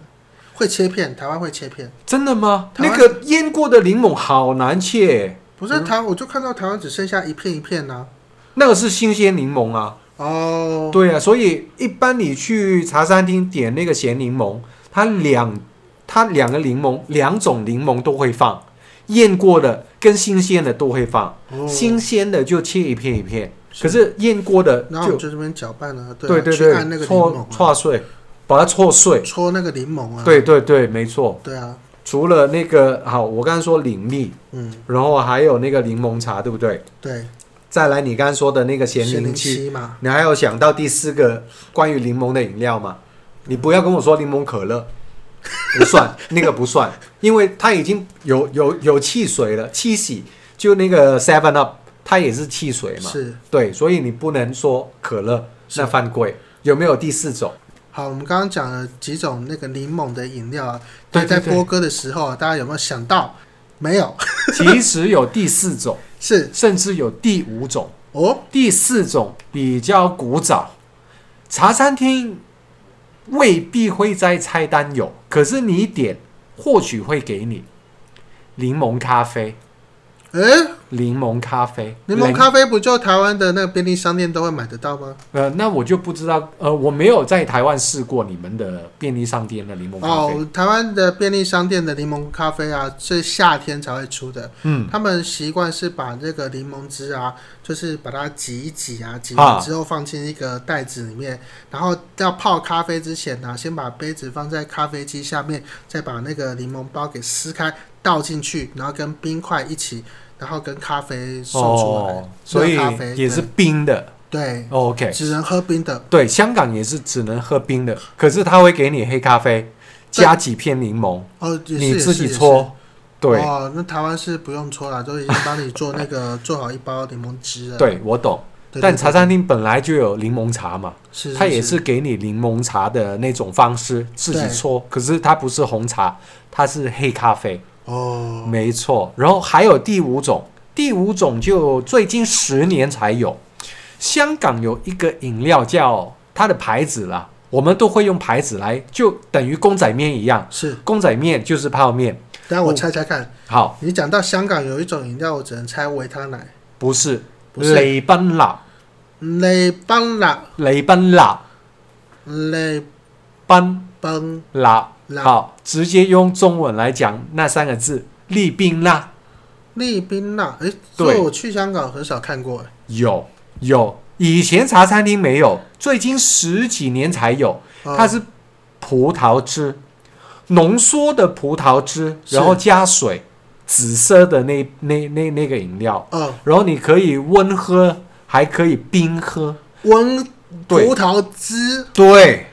Speaker 1: 会切片，台湾会切片，
Speaker 2: 真的吗？
Speaker 1: 台
Speaker 2: 那
Speaker 1: 湾
Speaker 2: 个腌过的柠檬好难切，
Speaker 1: 不是台，我就看到台湾只剩下一片一片呐、
Speaker 2: 那个是新鲜柠檬啊。
Speaker 1: 哦，
Speaker 2: 对啊，所以一般你去茶餐厅点那个咸柠檬，它两它两个柠檬两种柠檬都会放，腌过的跟新鲜的都会放，
Speaker 1: 哦
Speaker 2: 新鲜的就切一片一片，
Speaker 1: 是
Speaker 2: 可是腌过的
Speaker 1: 然后我
Speaker 2: 就
Speaker 1: 们就这边搅拌啊，
Speaker 2: 对
Speaker 1: 啊
Speaker 2: 对
Speaker 1: 去按那
Speaker 2: 对，
Speaker 1: 个柠檬
Speaker 2: 搓
Speaker 1: 啊、
Speaker 2: 搓碎，把它搓碎，
Speaker 1: 搓那个柠檬啊，
Speaker 2: 对对对，没错。
Speaker 1: 对啊，
Speaker 2: 除了那个好，我刚才说领蜜，
Speaker 1: 嗯，
Speaker 2: 然后还有那个柠檬茶，对不对？
Speaker 1: 对，
Speaker 2: 再来你刚才说的那个咸
Speaker 1: 咸
Speaker 2: 柠
Speaker 1: 柠
Speaker 2: 七，
Speaker 1: 七嘛，
Speaker 2: 你还有想到第四个关于柠檬的饮料吗？你不要跟我说柠檬可乐，不 算，那个不算，因为它已经有有有汽水了，七喜就那个 Seven Up，它也是汽水嘛，
Speaker 1: 是。
Speaker 2: 对，所以你不能说可乐
Speaker 1: 是
Speaker 2: 那犯规。有没有第四种？
Speaker 1: 好，我们刚刚讲了几种那个柠檬的饮料啊，
Speaker 2: 对
Speaker 1: 在
Speaker 2: 对对
Speaker 1: 播歌的时候啊，大家有没有想到？没有，
Speaker 2: 其实有第四种，
Speaker 1: 是
Speaker 2: 甚至有第五种。
Speaker 1: 哦，
Speaker 2: 第四种比较古早，茶餐厅未必会在菜单有，可是你点或许会给你柠檬咖啡，
Speaker 1: 诶，
Speaker 2: 柠檬咖啡，
Speaker 1: 柠檬咖啡不就台湾的那个便利商店都会买得到吗？
Speaker 2: 呃，那我就不知道，呃，我没有在台湾试过你们的便利商店的柠檬咖啡，
Speaker 1: 哦，台湾的便利商店的柠檬咖啡啊，是夏天才会出的。
Speaker 2: 嗯，
Speaker 1: 他们习惯是把这个柠檬汁啊，就是把它挤一挤啊，挤
Speaker 2: 啊
Speaker 1: 完之后放进一个袋子里面，然后要泡咖啡之前呢、先把杯子放在咖啡机下面，再把那个柠檬包给撕开倒进去，然后跟冰块一起，然后跟咖啡送出来。
Speaker 2: 哦，所以
Speaker 1: 热咖啡
Speaker 2: 也是冰的
Speaker 1: 对，
Speaker 2: 哦，OK，
Speaker 1: 只能喝冰的。
Speaker 2: 对，香港也是只能喝冰的，可是他会给你黑咖啡，加几片柠檬，
Speaker 1: 哦，也是
Speaker 2: 你
Speaker 1: 也
Speaker 2: 自己
Speaker 1: 是也是
Speaker 2: 搓，对。
Speaker 1: 哦，那台湾是不用搓了，都已经帮你做那 个做好一包柠檬汁了。
Speaker 2: 对，我懂。
Speaker 1: 啊对，
Speaker 2: 但
Speaker 1: 对
Speaker 2: 茶餐厅本来就有柠檬茶嘛，
Speaker 1: 是是
Speaker 2: 它也是给你柠檬茶的那种方式自己
Speaker 1: 对
Speaker 2: 搓，可是它不是红茶，它是黑咖啡，
Speaker 1: 哦，
Speaker 2: 没错。然后还有第五种，第五种就最近十年才有，香港有一个饮料叫它的牌子啦，我们都会用牌子来，就等于公仔面一样，
Speaker 1: 是。
Speaker 2: 公仔面就是泡面。
Speaker 1: 但
Speaker 2: 哦
Speaker 1: 我猜猜看，
Speaker 2: 好，
Speaker 1: 你讲到香港有一种饮料，我只能猜维他奶。
Speaker 2: 不是，
Speaker 1: 不是
Speaker 2: 雷奔辣，
Speaker 1: 雷邦啦，
Speaker 2: 雷奔辣，
Speaker 1: 雷
Speaker 2: 奔
Speaker 1: 邦
Speaker 2: 辣。
Speaker 1: 啦，
Speaker 2: 好，直接用中文来讲那三个字“利宾辣
Speaker 1: 利宾辣。哎，这
Speaker 2: 对
Speaker 1: 个我去香港很少看过，诶”，
Speaker 2: 有有，以前茶餐厅没有，最近十几年才有。
Speaker 1: 哦
Speaker 2: 它是葡萄汁，浓缩的葡萄汁，然后
Speaker 1: 是
Speaker 2: 加水，紫色的那那那那个饮料，
Speaker 1: 哦，
Speaker 2: 然后你可以温喝，还可以冰喝。
Speaker 1: 温
Speaker 2: 对
Speaker 1: 葡萄汁
Speaker 2: 对，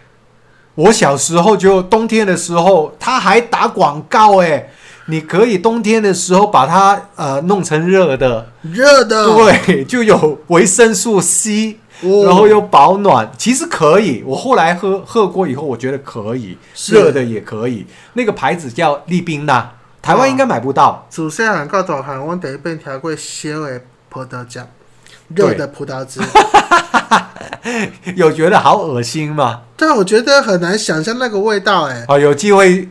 Speaker 2: 我小时候就冬天的时候，他还打广告哎，你可以冬天的时候把它呃弄成热的，
Speaker 1: 热的，
Speaker 2: 对，就有维生素
Speaker 1: 嗯
Speaker 2: C，
Speaker 1: 哦，
Speaker 2: 然后又保暖，其实可以。我后来喝喝过以后，我觉得可以，
Speaker 1: 是
Speaker 2: 热的也可以。那个牌子叫利宾娜，台湾应该买不到。
Speaker 1: 主持人告诉我，我得变条过些的葡萄酱，热的葡萄汁。 嗯
Speaker 2: 有觉得好恶心吗？
Speaker 1: 但我觉得很难想象那个味道，哎，，
Speaker 2: 啊，有机会。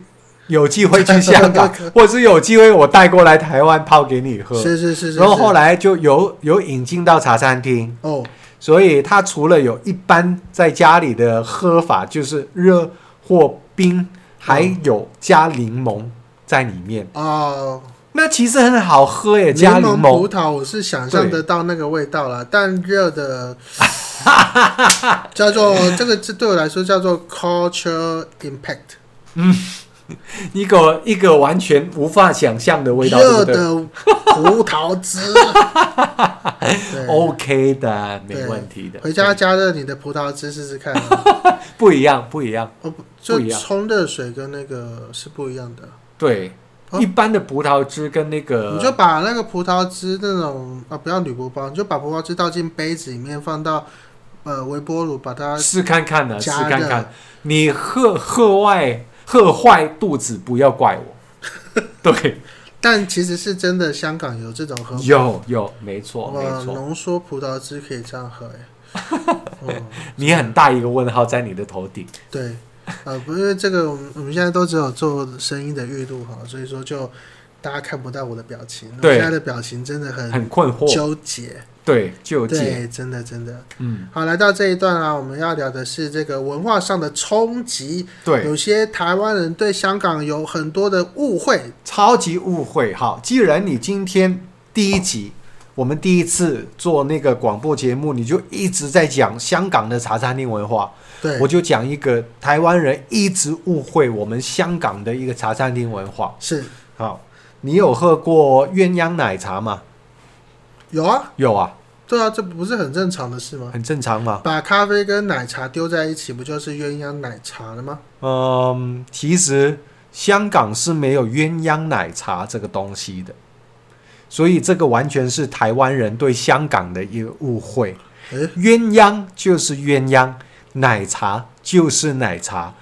Speaker 2: 有机会去香港 或者是有机会我带过来台湾泡给你喝。
Speaker 1: 是是是是。
Speaker 2: 然后后
Speaker 1: 来
Speaker 2: 来就有有引进到茶餐厅，
Speaker 1: 哦，
Speaker 2: 所以它除了有一般在家里的喝法，就是热或冰，还有加柠檬在里面。
Speaker 1: 哦，
Speaker 2: 那其实很好喝耶，
Speaker 1: 柠
Speaker 2: 加柠
Speaker 1: 檬葡
Speaker 2: 檬。
Speaker 1: 萄我是想象得到那个味道了，但热 的叫做这个字对我来说叫做 culture impact，
Speaker 2: 一个一个完全无法想象的味道，对
Speaker 1: 热
Speaker 2: 不对
Speaker 1: 的葡萄 汁。对
Speaker 2: ？OK 的，没
Speaker 1: 对
Speaker 2: 问题的。
Speaker 1: 回家
Speaker 2: 对
Speaker 1: 加热你的葡萄汁试试看啊。
Speaker 2: 不一样，不一样。
Speaker 1: 哦，不就
Speaker 2: 不一样
Speaker 1: 冲热水跟那个是不一样的。
Speaker 2: 对，
Speaker 1: 哦
Speaker 2: 一般的葡萄汁跟那个
Speaker 1: 你就把那个葡萄汁那种啊，不要铝箔包，你就把葡萄汁倒进杯子里面，放到呃微波炉，把它
Speaker 2: 试看看呢，试
Speaker 1: 加热
Speaker 2: 看看。你喝喝坏喝坏肚子，不要怪我。 对，
Speaker 1: 但其实是真的，香港有这种喝法，
Speaker 2: 有有，没错没
Speaker 1: 哇，
Speaker 2: 错。
Speaker 1: 浓缩葡萄汁可以这样喝哎、 哦，
Speaker 2: 你很大一个问号在你的头顶。
Speaker 1: 对，呃，不是这个，我们我们现在都只有做声音的预录哈，所以说就大家看不到我的表情，我
Speaker 2: 对
Speaker 1: 现在的表情真的很
Speaker 2: 很困惑，
Speaker 1: 纠结，
Speaker 2: 对，纠结，
Speaker 1: 对，真的真的。
Speaker 2: 嗯，
Speaker 1: 好，来到这一段啊，我们要聊的是这个文化上的冲击，
Speaker 2: 对，
Speaker 1: 有些台湾人对香港有很多的误会，
Speaker 2: 超级误会。好，既然你今天第一集，我们第一次做那个广播节目，你就一直在讲香港的茶餐厅文化，
Speaker 1: 对
Speaker 2: 我，就讲一个台湾人一直误会我们香港的一个茶餐厅文化。
Speaker 1: 是
Speaker 2: 好，你有喝过鸳鸯奶茶吗？
Speaker 1: 有啊，
Speaker 2: 有啊，
Speaker 1: 对啊，这不是很正常的事吗？
Speaker 2: 很正常嘛。
Speaker 1: 把咖啡跟奶茶丢在一起，不就是鸳鸯奶茶了吗？
Speaker 2: 嗯，其实香港是没有鸳鸯奶茶这个东西的，所以这个完全是台湾人对香港的一个误会。
Speaker 1: 诶，
Speaker 2: 鸳鸯就是鸳鸯，奶茶就是奶茶，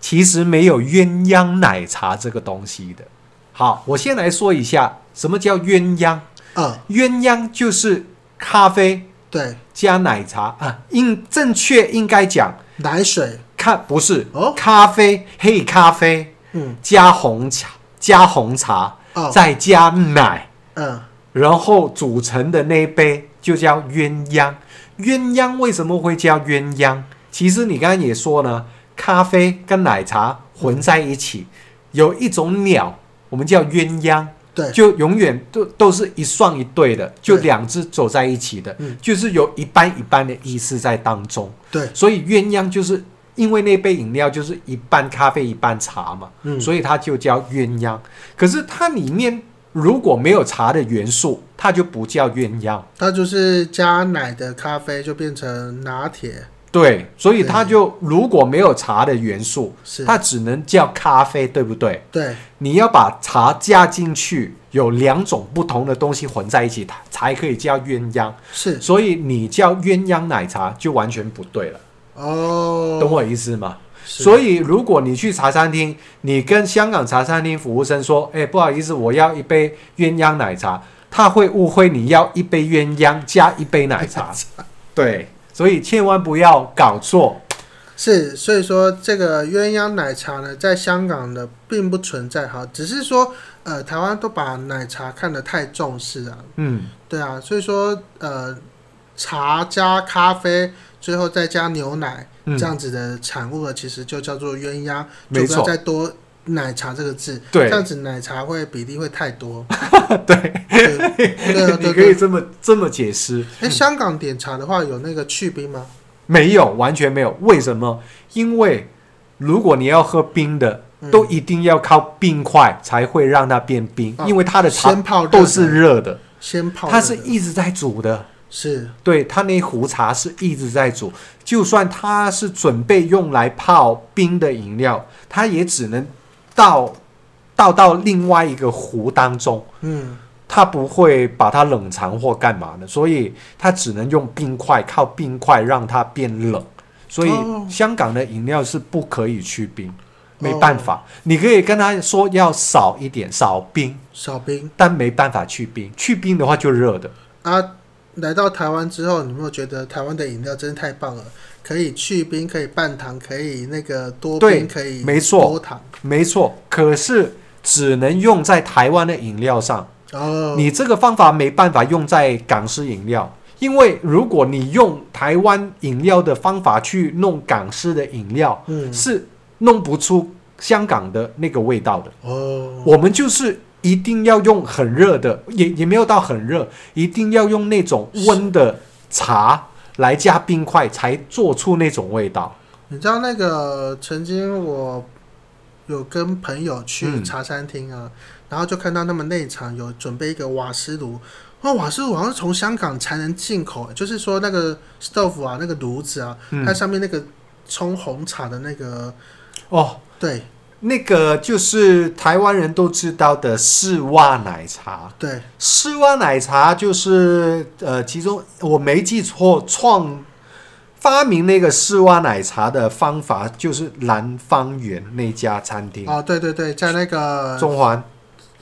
Speaker 2: 其实没有鸳鸯奶茶这个东西的。好，我先来说一下什么叫鸳鸯。
Speaker 1: 啊，
Speaker 2: 鸳鸯就是咖啡
Speaker 1: 对，
Speaker 2: 加奶茶啊，应正确应该讲
Speaker 1: 奶水，
Speaker 2: 咖不是
Speaker 1: 哦
Speaker 2: 咖啡黑咖啡
Speaker 1: 嗯，
Speaker 2: 加红茶加红茶
Speaker 1: 哦，
Speaker 2: 再加奶，
Speaker 1: 嗯，
Speaker 2: 然后组成的那一杯就叫鸳鸯。鸳鸯为什么会叫鸳鸯？其实你刚刚也说呢，咖啡跟奶茶混在一起，有一种鸟我们叫鸳鸯。
Speaker 1: 对，
Speaker 2: 就永远都都是一双一对的，就
Speaker 1: 对
Speaker 2: 两只走在一起的
Speaker 1: 嗯，
Speaker 2: 就是有一半一半的意思在当中。
Speaker 1: 对，
Speaker 2: 所以鸳鸯就是因为那杯饮料就是一半咖啡一半茶嘛，
Speaker 1: 嗯，
Speaker 2: 所以它就叫鸳鸯。可是它里面如果没有茶的元素，它就不叫鸳鸯。
Speaker 1: 它就是加奶的咖啡就变成拿铁，
Speaker 2: 对，所以
Speaker 1: 对
Speaker 2: 它就如果没有茶的元素，
Speaker 1: 是，
Speaker 2: 它只能叫咖啡，对不对？
Speaker 1: 对，
Speaker 2: 你要把茶加进去，有两种不同的东西混在一起，它才可以叫鸳鸯。
Speaker 1: 是，
Speaker 2: 所以你叫鸳鸯奶茶就完全不对了，
Speaker 1: 哦，
Speaker 2: 懂我意思吗？
Speaker 1: 是
Speaker 2: 所以如果你去茶餐厅，你跟香港茶餐厅服务生说：“哎，不好意思，我要一杯鸳鸯奶茶。”他会误会你要一杯鸳鸯加一杯奶茶。对，所以千万不要搞错。
Speaker 1: 是，所以说这个鸳鸯奶茶呢，在香港的并不存在哈，只是说呃，台湾都把奶茶看得太重视啊，
Speaker 2: 嗯，
Speaker 1: 对啊，所以说呃，茶加咖啡，最后再加牛奶、
Speaker 2: 嗯
Speaker 1: 这样子的产物呢，其实就叫做鸳鸯，就
Speaker 2: 没
Speaker 1: 不要
Speaker 2: 错，
Speaker 1: 再多奶茶这个字，
Speaker 2: 对
Speaker 1: 这样子奶茶会比例会太多，
Speaker 2: 对，
Speaker 1: 对 对啊
Speaker 2: 你
Speaker 1: 对
Speaker 2: 可以
Speaker 1: 对。
Speaker 2: 嗯这么这么解释。
Speaker 1: 哎，香港点茶的话有那个去冰吗？
Speaker 2: 没有，完全没有。为什么？因为如果你要喝冰的，
Speaker 1: 嗯
Speaker 2: 都一定要靠冰块才会让它变冰，
Speaker 1: 啊
Speaker 2: 因为它的茶
Speaker 1: 先泡热的
Speaker 2: 都是热的，
Speaker 1: 先泡热的，
Speaker 2: 它是一直在煮的。
Speaker 1: 是
Speaker 2: 对，它那壶茶是一直在煮，就算它是准备用来泡冰的饮料，它也只能倒倒到另外一个壶当中，
Speaker 1: 嗯
Speaker 2: 它不会把它冷藏或干嘛的，所以它只能用冰块，靠冰块让它变冷。所以
Speaker 1: 哦
Speaker 2: 香港的饮料是不可以去冰，没
Speaker 1: 哦
Speaker 2: 办法。你可以跟他说要少一点，少冰，
Speaker 1: 少冰
Speaker 2: 但没办法去冰。去冰的话就热的，
Speaker 1: 啊。来到台湾之后，你有没有觉得台湾的饮料真的太棒了？可以去冰，可以半糖，可以那个多
Speaker 2: 对
Speaker 1: 冰，可以
Speaker 2: 没错
Speaker 1: 多糖。
Speaker 2: 没错。可是只能用在台湾的饮料上，
Speaker 1: 哦，
Speaker 2: 你这个方法没办法用在港式饮料。因为如果你用台湾饮料的方法去弄港式的饮料，
Speaker 1: 嗯
Speaker 2: 是弄不出香港的那个味道的。
Speaker 1: 哦，
Speaker 2: 我们就是一定要用很热的，也也没有到很热，一定要用那种温的茶来加冰块，才做出那种味道。
Speaker 1: 你知道那个曾经我有跟朋友去
Speaker 2: 嗯
Speaker 1: 茶餐厅啊，然后就看到他们内场有准备一个瓦斯炉，那瓦斯炉好像是从香港才能进口，就是说那个 stove 啊，那个炉子啊，
Speaker 2: 嗯
Speaker 1: 它，上面那个冲红茶的那个，
Speaker 2: 哦，
Speaker 1: 对，
Speaker 2: 那个就是台湾人都知道的丝袜奶茶。
Speaker 1: 对，
Speaker 2: 丝袜奶茶就是呃，其中我没记错，创发明那个丝袜奶茶的方法就是南方园那家餐厅，
Speaker 1: 哦，对对对，在那个
Speaker 2: 中环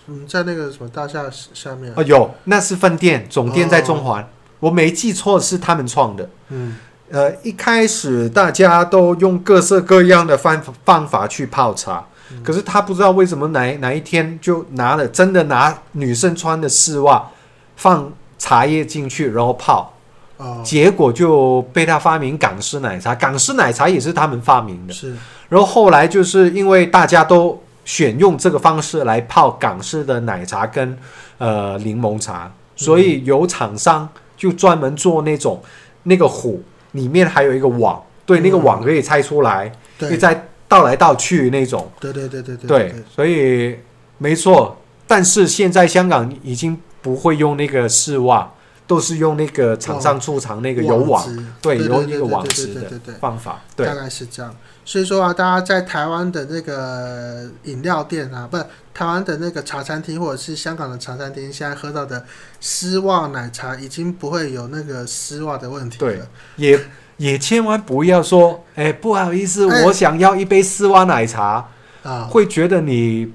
Speaker 1: 嗯，在那个什么大厦下面，
Speaker 2: 哦有，那是分店，总店在中
Speaker 1: 哦
Speaker 2: 环。我没记错是他们创的。
Speaker 1: 嗯，
Speaker 2: 呃，一开始大家都用各式各样的方方法去泡茶，
Speaker 1: 嗯
Speaker 2: 可是他不知道为什么哪哪一天就拿了真的拿女生穿的丝袜放茶叶进去，然后泡，
Speaker 1: 哦，
Speaker 2: 结果就被他发明港式奶茶。港式奶茶也是他们发明的，
Speaker 1: 是，
Speaker 2: 然后后来就是因为大家都选用这个方式来泡港式的奶茶跟呃柠檬茶，所以有厂商就专门做那种那个壶里面还有一个网，对，
Speaker 1: 嗯
Speaker 2: 那个网可以拆出来，可以
Speaker 1: 对，
Speaker 2: 再倒来倒去那种，
Speaker 1: 对对对对对
Speaker 2: 对，所以没错。但是现在香港已经不会用那个丝袜，都是用那个厂商出厂那个有网
Speaker 1: 子
Speaker 2: 对
Speaker 1: 对
Speaker 2: 有
Speaker 1: 对
Speaker 2: 一个
Speaker 1: 对
Speaker 2: 网
Speaker 1: 对
Speaker 2: 子
Speaker 1: 对
Speaker 2: 的
Speaker 1: 对对
Speaker 2: 方法，
Speaker 1: 对，
Speaker 2: 对
Speaker 1: 大，概是这样。所以说啊，大家在台湾的那个饮料店啊，不，台湾的那个茶餐厅或者是香港的茶餐厅，现在喝到的丝袜奶茶已经不会有那个丝袜的问题
Speaker 2: 对
Speaker 1: 了。
Speaker 2: 也也千万不要说，哎，不好意思，
Speaker 1: 哎
Speaker 2: 我想要一杯丝袜奶茶，
Speaker 1: 啊，
Speaker 2: 会觉得你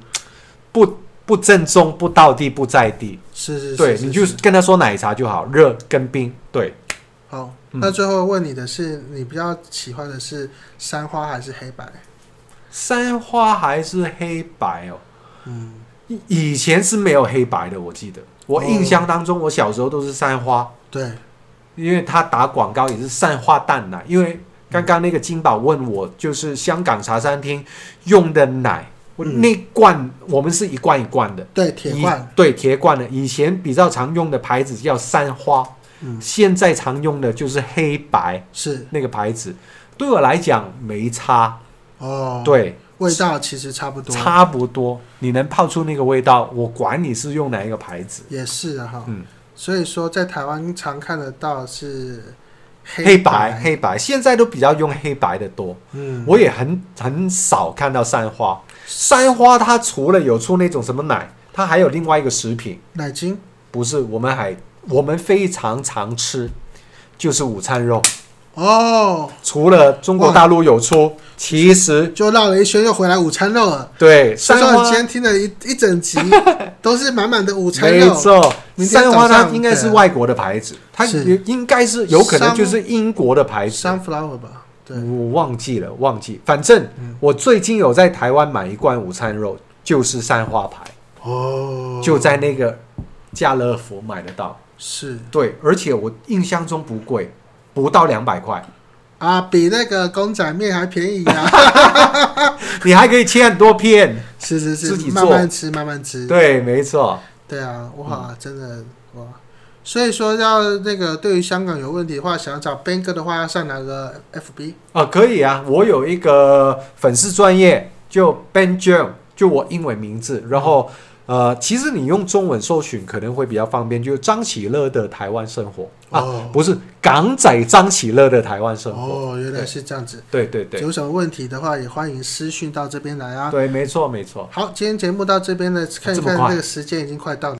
Speaker 2: 不不正宗、不到地、不在地。
Speaker 1: 是是是
Speaker 2: 对，
Speaker 1: 是
Speaker 2: 你就是跟他说奶茶就好，热跟冰。对，
Speaker 1: 好。
Speaker 2: 嗯
Speaker 1: 那最后问你的是，你比较喜欢的是三花还是黑白？
Speaker 2: 三花还是黑白哦，
Speaker 1: 嗯，
Speaker 2: 以以前是没有黑白的，我记得我
Speaker 1: 哦
Speaker 2: 印象当中，我小时候都是三花，
Speaker 1: 对，
Speaker 2: 因为他打广告也是三花淡奶，因为。刚刚那个金宝问我，就是香港茶餐厅用的奶，我
Speaker 1: 嗯
Speaker 2: 那罐我们是一罐一罐的，
Speaker 1: 对，铁罐
Speaker 2: 以，对铁罐的，以前比较常用的牌子叫三花，
Speaker 1: 嗯，
Speaker 2: 现在常用的就是黑白
Speaker 1: 是
Speaker 2: 那个牌子。对我来讲没差，
Speaker 1: 哦，，
Speaker 2: 对，
Speaker 1: 味道其实差不多，
Speaker 2: 差不多。你能泡出那个味道，我管你是用哪一个牌子，
Speaker 1: 也是啊哈，
Speaker 2: 嗯，
Speaker 1: 所以说在台湾常看得到是
Speaker 2: 黑白
Speaker 1: 白，
Speaker 2: 黑白，现在都比较用黑白的多。
Speaker 1: 嗯，
Speaker 2: 我也很很少看到三花，三花它除了有出那种什么奶，它还有另外一个食品，
Speaker 1: 奶精
Speaker 2: 不是我们还我们非常常吃，就是午餐肉。
Speaker 1: 哦，
Speaker 2: 除了中国大陆有出，其实
Speaker 1: 就绕了一圈又回来午餐肉了。
Speaker 2: 对
Speaker 1: 所
Speaker 2: 三
Speaker 1: 以说你
Speaker 2: 花
Speaker 1: 今天听了一一整 集都是满满的午餐
Speaker 2: 没
Speaker 1: 肉，
Speaker 2: 错，
Speaker 1: 明天
Speaker 2: 三
Speaker 1: 早
Speaker 2: 花它
Speaker 1: 上
Speaker 2: 应该是外国的牌子，它
Speaker 1: 是
Speaker 2: 也应该是有可能就是英国的牌子，
Speaker 1: sunflower 吧，对，
Speaker 2: 我忘记了，忘记，反正我最近有在台湾买一罐午餐肉，就是三花牌，
Speaker 1: 哦，
Speaker 2: 就在那个家乐福买得到，
Speaker 1: 是
Speaker 2: 对，而且我印象中不贵，不到两百块，
Speaker 1: 啊，比那个公仔面还便宜 啊，
Speaker 2: 你还可以切很多片，
Speaker 1: 是是是
Speaker 2: 自己，做
Speaker 1: 慢慢吃，慢慢吃，
Speaker 2: 对，没错，
Speaker 1: 对啊，哇，
Speaker 2: 嗯
Speaker 1: 真的哇！所以说，要那个对于香港有问题的话，想要找 Ben 哥的话，要上哪个 FB？
Speaker 2: 啊，可以啊，我有一个粉丝专业，就 Ben j o n 就我英文名字，然后呃，其实你用中文搜寻可能会比较方便，就是张喜乐的台湾生活啊，
Speaker 1: 哦
Speaker 2: 不是港仔张喜乐的台湾生活，
Speaker 1: 哦，原来是这样子。
Speaker 2: 对对对
Speaker 1: 有什么问题的话，也欢迎私讯到这边来啊。
Speaker 2: 对，没错没错。啊
Speaker 1: 好，今天节目到这边呢，看一
Speaker 2: 这么
Speaker 1: 看
Speaker 2: 快
Speaker 1: 那个时间已经快到了。